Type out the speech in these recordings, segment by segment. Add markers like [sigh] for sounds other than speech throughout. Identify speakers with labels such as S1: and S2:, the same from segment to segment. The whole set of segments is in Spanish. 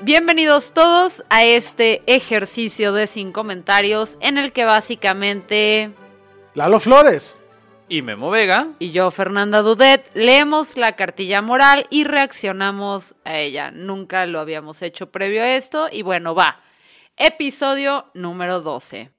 S1: Bienvenidos todos a este ejercicio de sin comentarios en el que básicamente
S2: Lalo Flores.
S3: Y Memo Vega.
S1: y yo, Fernanda Dudet, leemos la cartilla moral y reaccionamos a ella. Nunca lo habíamos hecho previo a esto y bueno, va. Episodio número 12.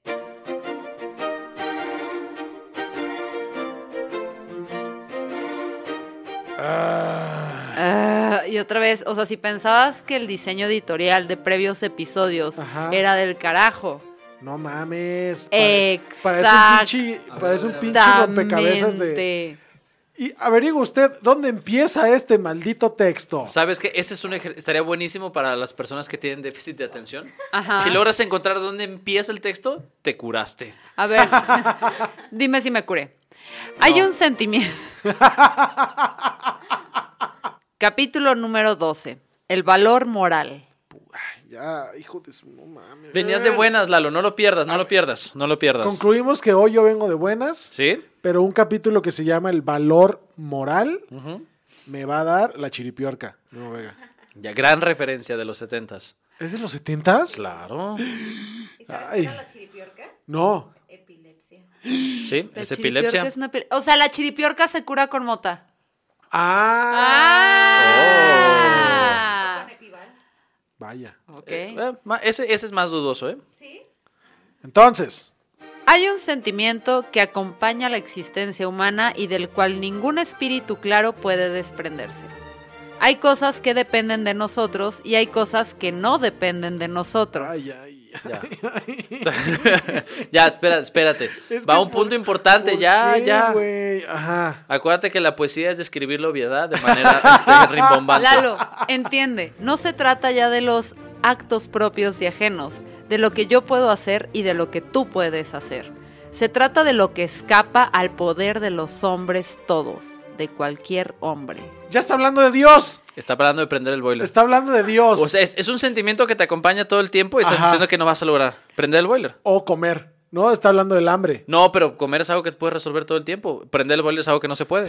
S1: Ah, y otra vez, o sea, si pensabas que el diseño editorial de previos episodios
S2: Ajá.
S1: era del carajo,
S2: No mames. pare- Parece un pinche,
S1: Exactamente.
S2: parece un pinche rompecabezas de. Y averigua usted dónde empieza este maldito texto.
S3: ¿Sabes que Ese es un ejer- estaría buenísimo para las personas que tienen déficit de atención.
S1: Ajá.
S3: Si logras encontrar dónde empieza el texto, te curaste.
S1: A ver, [laughs] dime si me curé. Hay
S3: No.
S1: un [laughs] sentimiento. Capítulo número 12. El valor moral.
S2: Ya, hijo de su no mames.
S3: Venías
S1: Eh.
S3: de buenas, Lalo, no lo pierdas, no lo pierdas, no lo pierdas.
S2: Concluimos que hoy yo vengo de buenas,
S3: ¿Sí?
S2: pero un capítulo que se llama El valor moral
S3: Ujú.
S2: me va a dar la chiripiorca. No, Vega.
S3: Ya, gran referencia de los setentas.
S2: ¿Es de los 70s?
S3: Claro.
S4: ¿Y sabes
S2: Ay.
S4: qué era la chiripiorca?
S2: No.
S4: Epilepsia.
S3: Sí,
S1: La
S3: es
S1: chiripiorca
S3: epilepsia.
S1: es una epile- o sea, la chiripiorca se cura con mota.
S2: Ah.
S1: Ah.
S4: ¿Con epival?
S2: Vaya.
S1: Ok.
S3: Eh, eh, ma- ese, ese es más dudoso, ¿eh?
S4: ¿Sí?
S2: Entonces,
S1: Hay un sentimiento que acompaña la existencia humana y del cual ningún espíritu claro puede desprenderse. Hay cosas que dependen de nosotros y hay cosas que no dependen de nosotros.
S2: ay, ay.
S3: [laughs] Ya. ya, espera, [laughs] espérate. Va a un punto importante, ya, ya.
S2: Güey? Ajá.
S3: Acuérdate que la poesía es describir la obviedad de manera este, [laughs] rimbombante.
S1: Lalo, entiende, no se trata ya de los actos propios y ajenos, de lo que yo puedo hacer y de lo que tú puedes hacer. Se trata de lo que escapa al poder de los hombres todos, de cualquier hombre.
S2: Ya está hablando de Dios.
S3: Está parando de prender el boiler.
S2: Está hablando de Dios.
S3: O sea, es, es un sentimiento que te acompaña todo el tiempo y estás
S2: Ajá.
S3: diciendo que no vas a lograr. Prender el boiler.
S2: o comer, ¿no? Está hablando del hambre.
S3: No, pero comer es algo que puedes resolver todo el tiempo. Prender el boiler es algo que no
S2: [laughs]
S3: se puede.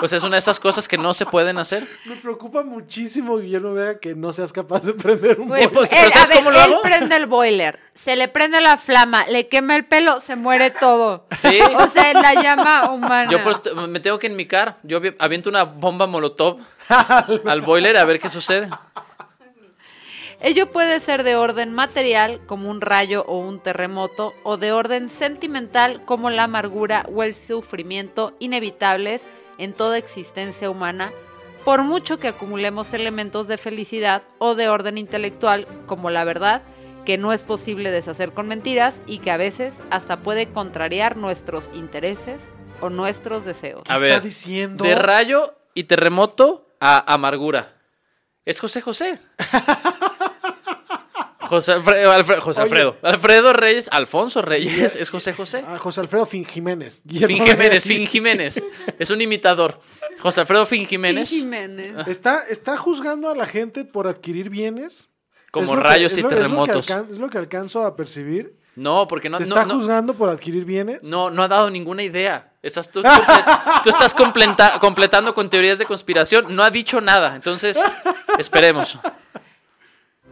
S3: Pues es una de esas cosas que no se pueden hacer.
S2: Me preocupa muchísimo, Guillermo Vega, que no seas capaz de prender un
S3: Sí,
S1: Bueno,
S2: boiler.
S3: pues, pero
S1: él-
S3: ¿sabes
S1: Eh, a ver,
S3: cómo lo
S1: él
S3: hago?
S1: prende el boiler, se le prende la flama, le quema el pelo, se muere todo.
S3: Sí.
S1: O sea, en la llama humana.
S3: Yo pues, te- me tengo que enmicar. Yo avi- aviento una
S2: [laughs]
S3: bomba molotov al boiler a ver qué sucede.
S1: Ello puede ser de orden material, como un rayo o un terremoto, o de orden sentimental, como la amargura o el sufrimiento inevitables en toda existencia humana, por mucho que acumulemos elementos de felicidad, o de orden intelectual, como la verdad, que no es posible deshacer con mentiras y que a veces hasta puede contrariar nuestros intereses o nuestros deseos.
S3: A
S2: está
S3: ver,
S2: diciendo?
S3: de rayo y terremoto a amargura. Es
S2: [laughs]
S3: José José. José Alfredo, Alfre- José
S2: Oye.
S3: Alfredo. Alfredo Reyes, Alfonso Reyes, es José José.
S2: Ah, José Alfredo Fin Jiménez.
S3: Fin Jiménez, Fin Jiménez. Es un imitador. José Alfredo Fin Jiménez,
S1: Sí, Jiménez.
S2: ¿Está, está juzgando a la gente por adquirir bienes. Es
S3: como
S2: lo que-
S3: rayos
S2: es
S3: y
S2: lo- es lo que
S3: terremotos.
S2: alcan- Es lo que alcanzo a percibir.
S3: No, porque no,
S2: ¿Te
S3: no,
S2: está
S3: no,
S2: juzgando por adquirir bienes?
S3: no, no ha dado ninguna idea. Estás tú, comple- tú estás completa- completando con teorías de conspiración. No ha dicho nada. Entonces,
S1: [laughs]
S3: esperemos.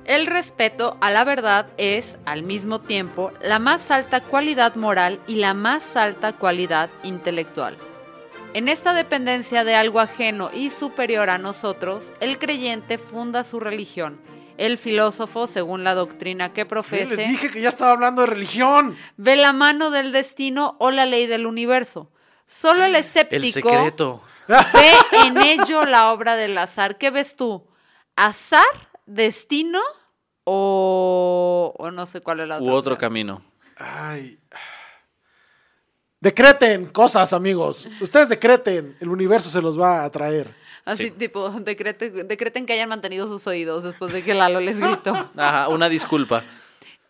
S1: El respeto a la verdad es, al mismo tiempo, la más alta cualidad moral y la más alta cualidad intelectual. En esta dependencia de algo ajeno y superior a nosotros, el creyente funda su religión. El filósofo, según la doctrina que
S2: Yo les
S1: profese,
S2: dije que ya estaba hablando de religión.
S1: ve la mano del destino o la ley del universo. Solo el escéptico
S3: El secreto.
S1: ve en ello la obra del azar. ¿Qué ves tú? ¿Azar? ¿Destino? O, o no sé cuál es la otra.
S3: U otro
S1: opción.
S3: camino.
S2: Ay. Decreten cosas, amigos. Ustedes decreten, el universo se los va a atraer.
S1: Así
S3: Sí.
S1: tipo, decrete- decreten que hayan mantenido sus oídos después de que Lalo les
S3: [laughs]
S1: gritó.
S3: Ajá, una disculpa.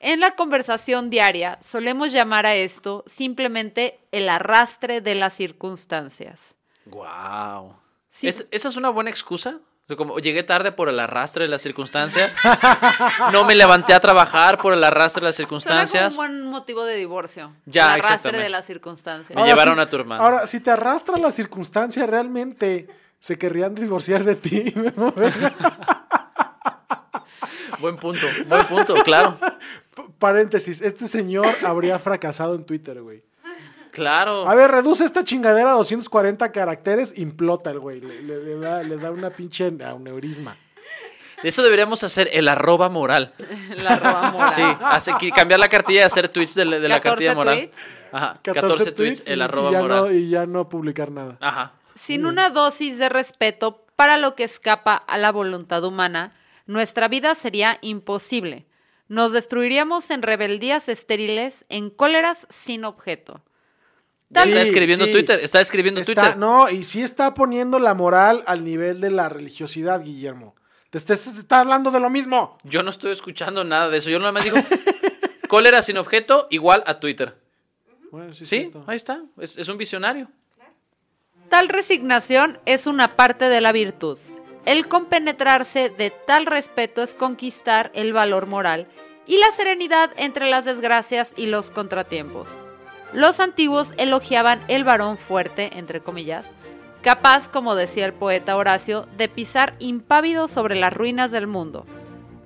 S1: En la conversación diaria solemos llamar a esto simplemente el arrastre de las circunstancias.
S3: Wow.
S1: Sí.
S3: ¿Esa es una buena excusa? O sea, Como llegué tarde por el arrastre de las circunstancias. [laughs] No me levanté a trabajar por el arrastre de las
S1: Suena como
S3: circunstancias.
S1: un buen motivo de divorcio.
S3: Ya,
S1: el arrastre
S3: exactamente.
S1: de las circunstancias.
S3: Me Ahora- llevaron a tu hermano.
S2: Ahora, si te arrastra la circunstancia, realmente se querrían divorciar de ti. [laughs]
S3: Buen punto, buen punto, claro.
S2: Paréntesis, este señor habría fracasado en Twitter, güey.
S3: Claro.
S2: A ver, reduce esta chingadera a 240 caracteres, implota el güey. Le, le- le da, le da una pinche aneurisma.
S3: De Eso deberíamos hacer el arroba moral.
S1: [laughs] La arroba moral.
S3: Sí, hace que- cambiar la cartilla y hacer tweets de, la- de la
S1: 14
S3: cartilla moral.
S1: tweets.
S3: Ajá, 14, tweets,
S2: y-
S3: el
S2: y
S3: arroba
S2: ya
S3: moral.
S2: No, y ya no publicar nada.
S3: Ajá.
S1: Sin una dosis de respeto para lo que escapa a la voluntad humana, nuestra vida sería imposible. Nos destruiríamos en rebeldías estériles, en cóleras sin objeto. Tal
S3: está
S2: Sí,
S3: escribiendo
S2: sí.
S3: Twitter, está escribiendo
S2: Está-
S3: Twitter.
S2: No, y sí está poniendo la moral al nivel de la religiosidad, Guillermo. Te te- te está hablando de lo mismo.
S3: Yo no estoy escuchando nada de eso. Yo nada más digo cólera sin objeto igual a Twitter.
S2: Bueno, sí, es
S3: Sí,
S2: cierto.
S3: ahí está. Es, es un visionario.
S1: Tal resignación es una parte de la virtud. El compenetrarse de tal respeto es conquistar el valor moral y la serenidad entre las desgracias y los contratiempos. Los antiguos elogiaban el varón fuerte, entre comillas, capaz, como decía el poeta Horacio, de pisar impávido sobre las ruinas del mundo.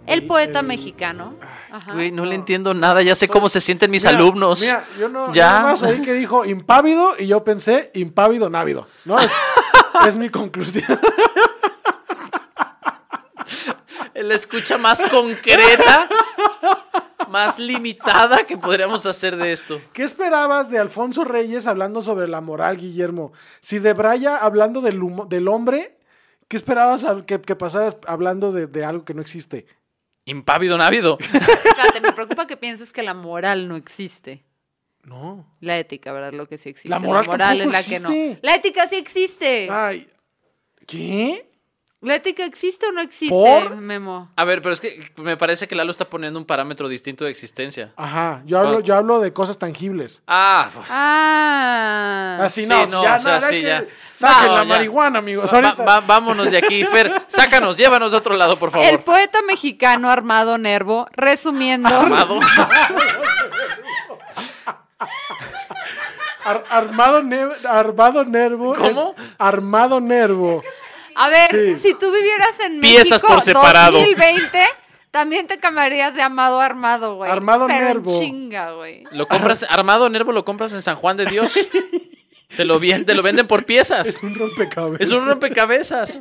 S1: El
S2: El-
S1: poeta
S2: el-
S1: mexicano. ajá,
S3: Güey, no,
S2: no.
S3: le entiendo nada. Ya sé cómo se sienten mis
S2: Pues, Mira,
S3: alumnos.
S2: Mira, yo no.
S3: Ya.
S2: Ya. más oí que dijo impávido y yo pensé impávido návido. No,
S3: [laughs]
S2: es, es mi conclusión.
S3: La escucha más concreta, más limitada que podríamos hacer de esto.
S2: ¿Qué esperabas de Alfonso Reyes hablando sobre la moral, Guillermo? Si de Braya hablando del, humo- del hombre, ¿qué esperabas al- que, que pasaras hablando de, de algo que no existe?
S3: Impávido návido.
S1: Espérate, me preocupa que pienses que la moral no existe.
S2: No.
S1: La ética, ¿verdad? Lo que sí existe.
S2: La moral
S1: es
S2: tampoco
S1: la que no.
S2: existe. Ah.
S1: La ética sí existe.
S2: Ay. ¿Qué?
S1: ¿La ética existe o no existe,
S2: ¿Por?
S1: Memo?
S3: A ver, pero es que me parece que Lalo está poniendo un parámetro distinto de existencia.
S2: Ajá, yo hablo,
S3: Ah.
S2: yo hablo de cosas tangibles.
S3: Ah,
S1: Ah.
S2: Así
S3: sí,
S2: no,
S3: no,
S2: ya
S3: o sea,
S2: nada
S3: sí,
S2: que-
S3: ya.
S2: Saquen
S3: No,
S2: la
S3: ya.
S2: marihuana, amigos.
S3: va-
S2: ahorita.
S3: va- vámonos de aquí, Fer. Sácanos, llévanos de otro lado, por favor.
S1: El poeta mexicano Armado Nervo,
S2: [laughs]
S1: resumiendo,
S3: Amado.
S2: Ar- armado, Nev- armado Nervo. es
S3: ¿Cómo?
S2: armado Nervo.
S1: a ver,
S2: Sí.
S1: si tú vivieras en
S3: Piezas
S1: México
S3: por separado.
S1: 2020, también te cambiarías de Amado a Armado, güey.
S2: Armado
S1: Pero en
S2: Nervo.
S1: chinga, güey.
S3: Lo compras, armado Nervo lo compras en San Juan de Dios. Te lo, vien- te lo venden por piezas.
S2: Es un rompecabezas.
S3: Es un rompecabezas.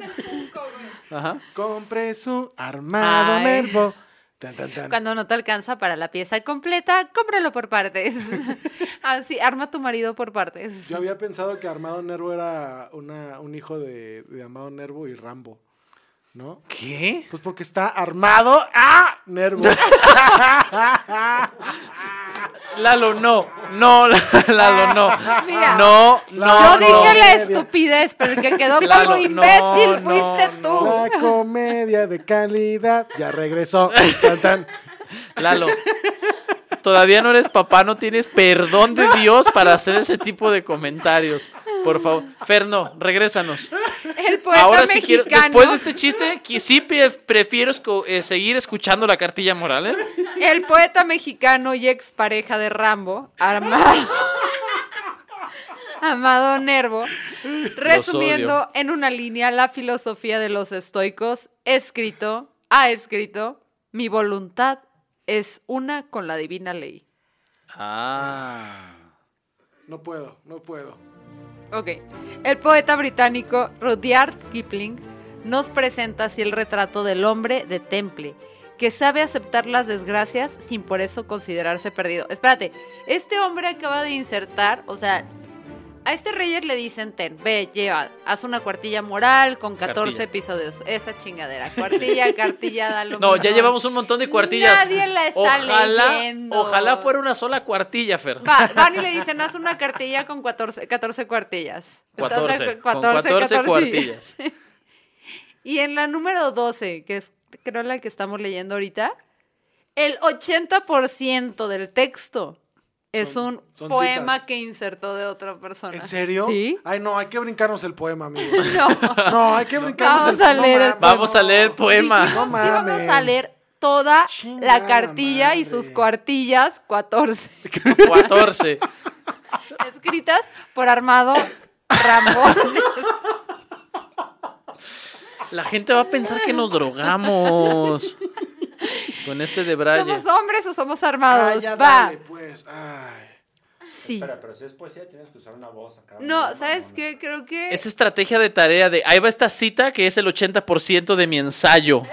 S3: Ajá.
S2: Compre su armado
S1: Ay.
S2: Nervo. Tan, tan, tan.
S1: Cuando no te alcanza para la pieza completa, cómpralo por partes. [laughs] Así, arma a tu marido por partes.
S2: Yo había pensado que Armado Nervo era una, un hijo de, de Amado Nervo y Rambo. ¿No?
S3: ¿Qué?
S2: Pues porque está armado a
S1: [laughs]
S2: Nervo.
S3: Lalo, no. No, [laughs] Lalo, no.
S1: Mira,
S3: No,
S1: Yo
S3: no.
S2: no.
S1: dije la
S2: Media.
S1: estupidez, pero el que quedó
S3: Claro,
S1: como
S3: no,
S1: imbécil
S3: no,
S1: fuiste tú.
S2: La comedia de calidad ya regresó. Tan, tan.
S3: no. Lalo. Todavía no eres papá, no tienes perdón de Dios para hacer ese tipo de comentarios. Por favor. Fer, no, regrésanos.
S1: El poeta
S3: Ahora sí
S1: Pues, mexicano.
S3: quiero. Después de este chiste, que sí pre- prefiero esco- eh, seguir escuchando la cartilla moral, ¿eh?
S1: El poeta mexicano y expareja de Rambo,
S3: [laughs]
S1: Armado. Amado Nervo, resumiendo en una línea la filosofía de los estoicos, escrito, ha escrito, mi voluntad es una con la divina ley.
S3: Ah.
S2: No puedo, no puedo.
S1: Ok. El poeta británico Rudyard Kipling nos presenta así el retrato del hombre de temple, que sabe aceptar las desgracias sin por eso considerarse perdido. Espérate, este hombre acaba de insertar, o sea, A este Reyes le dicen, ten, ve, lleva, haz una cuartilla moral con 14
S3: Cartilla.
S1: episodios. Esa
S3: [laughs]
S1: chingadera. Cuartilla, cartilla, da lo
S3: No, ya
S1: mismo.
S3: llevamos un montón de cuartillas.
S1: Nadie la está
S3: ojalá,
S1: leyendo.
S3: ojalá fuera una sola cuartilla, Fer.
S1: Va- van y le dicen, haz una cartilla con 14, 14 cuartillas. ¿Estás de
S3: 14,
S1: acu-
S3: con 14,
S1: sí.
S3: cuartillas.
S1: Y en la número 12, que es creo la que estamos leyendo ahorita, el 80% del texto es
S2: Son-
S1: un
S2: son
S1: poema
S2: citas.
S1: que insertó de otra persona. [laughs]
S2: ¿En serio?
S1: Sí.
S2: Ay, no, hay que brincarnos el poema, amigo.
S1: No.
S2: No, hay que brincarnos
S1: Vamos
S2: el
S1: a leer el
S2: no mames,
S3: Vamos a leer el
S2: no.
S3: [laughs] poema.
S1: Dijimos
S2: No
S1: que íbamos
S2: mamen.
S1: a leer toda la
S2: Chingada
S1: cartilla y sus
S2: madre.
S1: cuartillas, 14,
S3: 14.
S1: [laughs] escritas por Armado Ramón.
S3: La gente va a pensar que nos drogamos. Con este de Braille.
S1: ¿Somos hombres o somos
S2: Ay,
S1: armados?
S2: Ah, ya
S1: Va.
S2: dale, pues. Ay.
S1: Sí.
S5: Espera, pero si es poesía tienes que usar una voz acá.
S1: No,
S5: muy
S1: ¿sabes
S5: mamona.
S1: qué? Creo que...
S3: Es estrategia de tarea de. Ahí va esta cita que es el 80% de mi ensayo.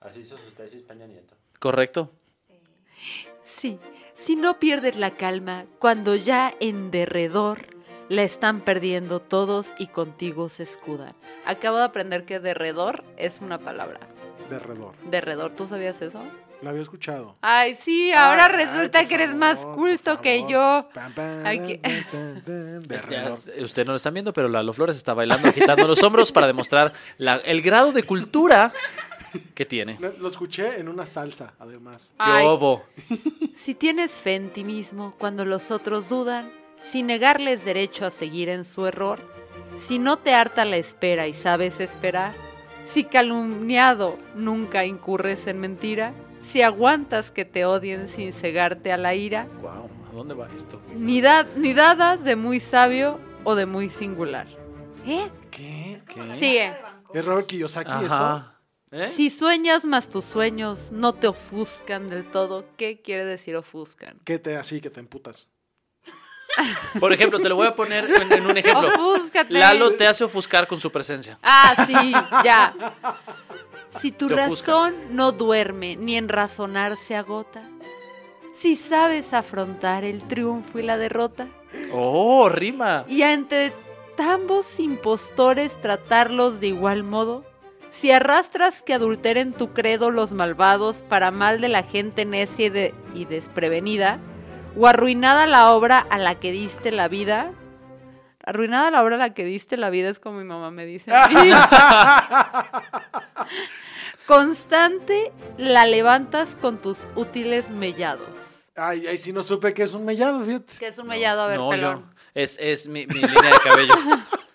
S5: Así hizo su tesis Peña Nieto.
S3: ¿Correcto?
S1: Sí, si no pierdes la calma cuando ya en derredor la están perdiendo todos y contigo se escudan. Acabo de aprender que derredor es una palabra.
S2: Derredor.
S1: Derredor, ¿tú sabías eso?
S2: Lo había escuchado.
S1: Ay, sí, ahora
S2: Ay,
S1: resulta
S2: por
S1: que eres
S2: favor,
S1: más
S2: por
S1: culto que
S2: favor.
S1: yo.
S2: Pam, pam,
S1: Ay, que-
S2: tan,
S1: [laughs]
S2: tan, tan, Derredor.
S3: Este, Usted no lo está viendo, pero Lalo Flores está bailando, agitando los hombros para demostrar la- el grado de cultura que tiene.
S2: Lo lo escuché en una salsa, además.
S3: ¡Qué
S1: Ay,
S3: obo!
S1: Si tienes fe en ti mismo cuando los otros dudan, sin negarles derecho a seguir en su error, si no te harta la espera y sabes esperar, si calumniado nunca incurres en mentira, si aguantas que te odien sin cegarte a la ira,
S3: Guau, ¿A dónde va esto?
S1: ni, da- ni dadas de muy sabio o de muy singular. ¿Eh?
S2: ¿Qué?
S3: ¿Qué?
S1: Sigue.
S2: ¿Es Robert Kiyosaki esto?
S3: Ajá. ¿Eh?
S1: Si sueñas más tus sueños, no te ofuscan del todo. ¿Qué quiere decir ofuscan?
S2: Que te así, que te
S3: [laughs]
S2: emputas.
S3: Por ejemplo, te lo voy a poner en, en
S1: [laughs]
S3: un ejemplo.
S1: Ofúscate.
S3: Lalo te hace ofuscar con su presencia.
S1: Ah, sí,
S3: [laughs]
S1: ya. Si tu
S3: Te ofusca.
S1: razón no duerme ni en razonar se agota, si sabes afrontar el triunfo y la derrota,
S3: ¡Oh, rima!
S1: y ante ambos impostores tratarlos de igual modo, si arrastras que adulteren tu credo los malvados para mal de la gente necia y, de- y desprevenida, o arruinada la obra a la que diste la vida, arruinada la obra a la que diste la vida es como mi mamá me
S3: [laughs]
S1: dice. a mí. Constante la levantas con tus útiles mellados.
S2: Ay, ay, sí no supe que es un mellado, fíjate.
S1: ¿Qué es un mellado? A ver,
S3: No, yo.
S1: pelón.
S3: Es, es mi, mi línea de
S1: [laughs]
S3: cabello.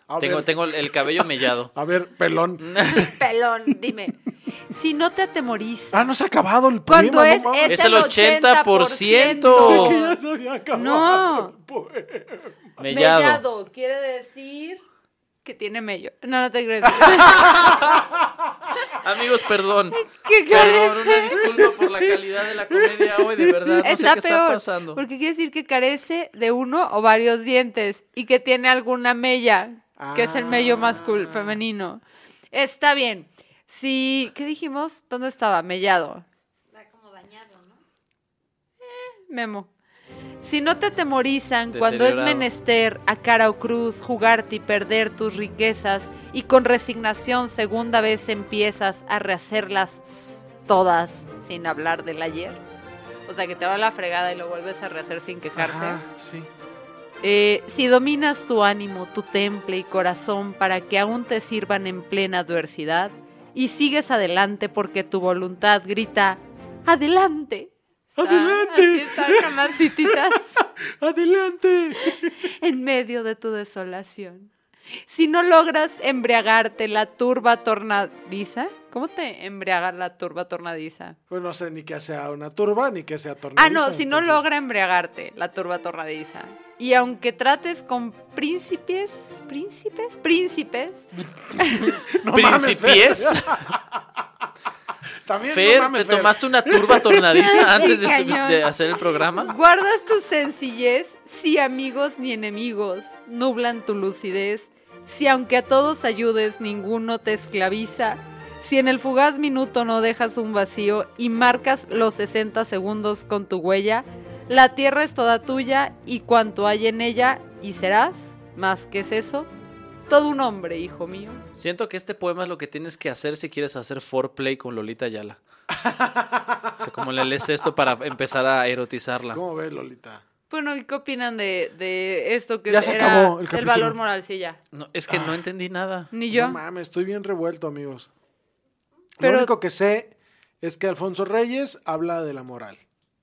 S2: A
S3: Tengo,
S2: ver,
S3: tengo el cabello mellado. [laughs]
S2: a ver, pelón.
S1: [laughs] Pelón, dime. Si no te atemoriza.
S2: Ah, no se ha acabado el poema.
S1: Cuando es,
S2: no mames.
S1: es,
S3: Es el 80%.
S2: Pensé que
S3: no.
S2: ya se había acabado
S1: No.
S2: el poema.
S3: Mellado.
S1: quiere decir que tiene mello. No, no te
S3: [laughs]
S1: crees.
S3: Amigos, perdón.
S1: ¿Qué
S3: Perdón, una
S1: carece?
S3: disculpa por la calidad de la comedia hoy, de verdad. No
S1: Está
S3: sé qué está
S1: peor,
S3: pasando.
S1: porque quiere decir que carece de uno o varios dientes y que tiene alguna mella, que es el mello masculino
S2: Ah.
S1: femenino. Está bien. Si, ¿qué dijimos? ¿Dónde estaba? Mellado. Eh,
S4: Está como dañado, ¿no?
S1: Memo. Si no te atemorizan cuando es
S3: Deteriorado.
S1: menester a cara o cruz jugarte y perder tus riquezas y con resignación segunda vez empiezas a rehacerlas todas sin hablar del ayer. O sea que te va la fregada y lo vuelves a rehacer sin quejarse.
S2: Ajá, sí.
S1: Eh, si dominas tu ánimo, tu temple y corazón para que aún te sirvan en plena adversidad y sigues adelante porque tu voluntad grita, adelante. Está-
S2: ¡Adelante!
S1: Así está con las cititas
S2: ¡Adelante!
S1: [laughs] en medio de tu desolación. Si no logras embriagarte la turba tornadiza, ¿cómo te embriaga la turba tornadiza?
S2: Pues no sé ni que sea una turba ni que sea tornado.
S1: Ah, no, si no logra embriagarte la turba tornadiza. Y aunque trates con príncipes, príncipes, príncipes,
S3: Principies.
S2: [laughs] También
S3: Fer,
S2: no mames,
S3: ¿te
S2: Fer.
S3: tomaste una turba tornadiza
S1: Ay, sí,
S3: antes de, su-
S1: cañón.
S3: de hacer el programa?
S1: guardas tu sencillez, si amigos ni enemigos nublan tu lucidez, si aunque a todos ayudes ninguno te esclaviza, si en el fugaz minuto no dejas un vacío y marcas los 60 segundos con tu huella, La tierra es toda tuya y cuanto hay en ella, y serás, más que es eso, todo un hombre, hijo mío.
S3: Siento que este poema es lo que tienes que hacer si quieres hacer foreplay con Lolita Ayala. O sea, como le lees esto para empezar a erotizarla.
S2: ¿Cómo ves, Lolita?
S1: Bueno, ¿y qué opinan de, de esto que
S2: Ya se
S1: era
S2: acabó el
S1: el,
S2: capítulo.
S1: valor moral? Sí, ya.
S3: No, es que no
S2: Ah.
S3: entendí nada.
S1: Ni yo.
S2: No mames, estoy bien revuelto, amigos.
S1: Pero-
S2: Lo único que sé es que Alfonso Reyes habla de la moral.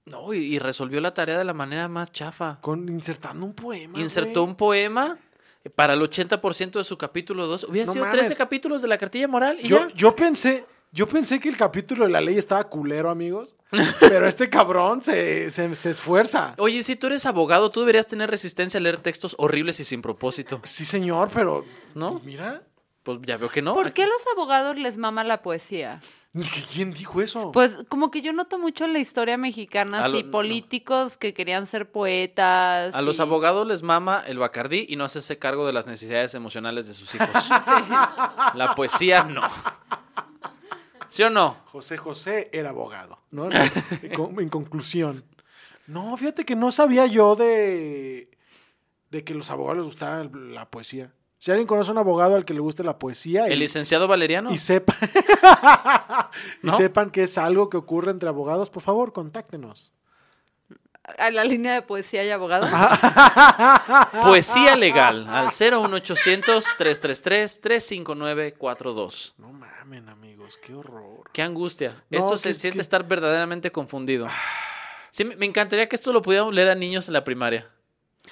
S3: No, y, y resolvió la tarea de la manera más chafa.
S2: Con, insertando un poema.
S3: Insertó
S2: güey.
S3: un poema eh, para el 80% de su capítulo 2. Hubiera
S2: No
S3: sido
S2: mames.
S3: 13 capítulos de la cartilla moral y
S2: Yo,
S3: ya.
S2: yo pensé, yo pensé que el capítulo de la ley estaba culero, amigos. [laughs] Pero este cabrón se, se- se esfuerza.
S3: Oye, si tú eres abogado, tú deberías tener resistencia a leer textos horribles y sin propósito.
S2: Sí, señor, pero.
S3: ¿No?
S2: Mira.
S3: Pues ya veo que no.
S1: ¿Por qué los abogados les mama la poesía?
S2: ¿Quién dijo eso?
S1: Pues como que yo noto mucho en la historia mexicana,
S3: A
S1: sí,
S3: lo-
S1: políticos que querían ser poetas.
S3: A los
S1: y-
S3: abogados les mama el Bacardí y no hacerse cargo de las necesidades emocionales
S1: [laughs]
S3: de sus hijos. La poesía no. ¿Sí o no?
S2: José José era abogado, ¿no? En con- en conclusión. No, fíjate que no sabía yo de, de que los abogados les gustaba el- la poesía. Si alguien conoce a un abogado al que le guste la poesía
S3: El
S2: y,
S3: licenciado Valeriano.
S2: y sepa- [laughs] y
S3: ¿No?
S2: sepan que es algo que ocurre entre abogados, por favor, contáctenos.
S1: A la línea de poesía y abogados.
S3: Ah, Poesía legal al 01800 333 35942.
S2: No mamen, amigos, qué horror.
S3: Qué angustia.
S2: No,
S3: esto
S2: que
S3: se
S2: es
S3: siente
S2: que-
S3: estar verdaderamente confundido. Sí, me me encantaría que esto lo pudiéramos leer a niños en la primaria.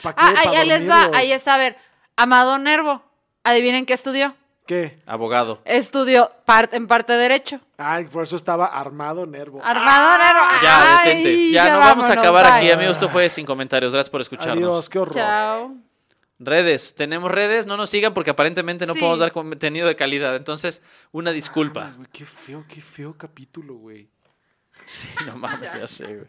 S2: ¿Pa' qué?
S1: ah,
S2: ¿Pa'
S1: ahí, ahí les va,
S2: dormirlos?
S1: ahí está, a ver. Amado Nervo, adivinen qué estudió.
S2: ¿Qué?
S3: Abogado.
S1: Estudió par- en parte derecho.
S2: Ay, por eso estaba armado nervo.
S1: Armado Nervo.
S3: Ah, Ya,
S1: Ay,
S3: detente. Ya, no vamos a
S1: vámonos,
S3: acabar aquí,
S1: bye.
S3: amigos. Esto fue sin comentarios. Gracias por escucharnos.
S2: Adiós, qué horror.
S1: Chao.
S3: Redes, tenemos redes, no nos sigan porque aparentemente no
S1: Sí.
S3: podemos dar contenido de calidad. Entonces, una
S2: Mames,
S3: disculpa.
S2: güey, qué feo, qué feo capítulo, güey.
S3: Sí, no mames, ya sé, güey.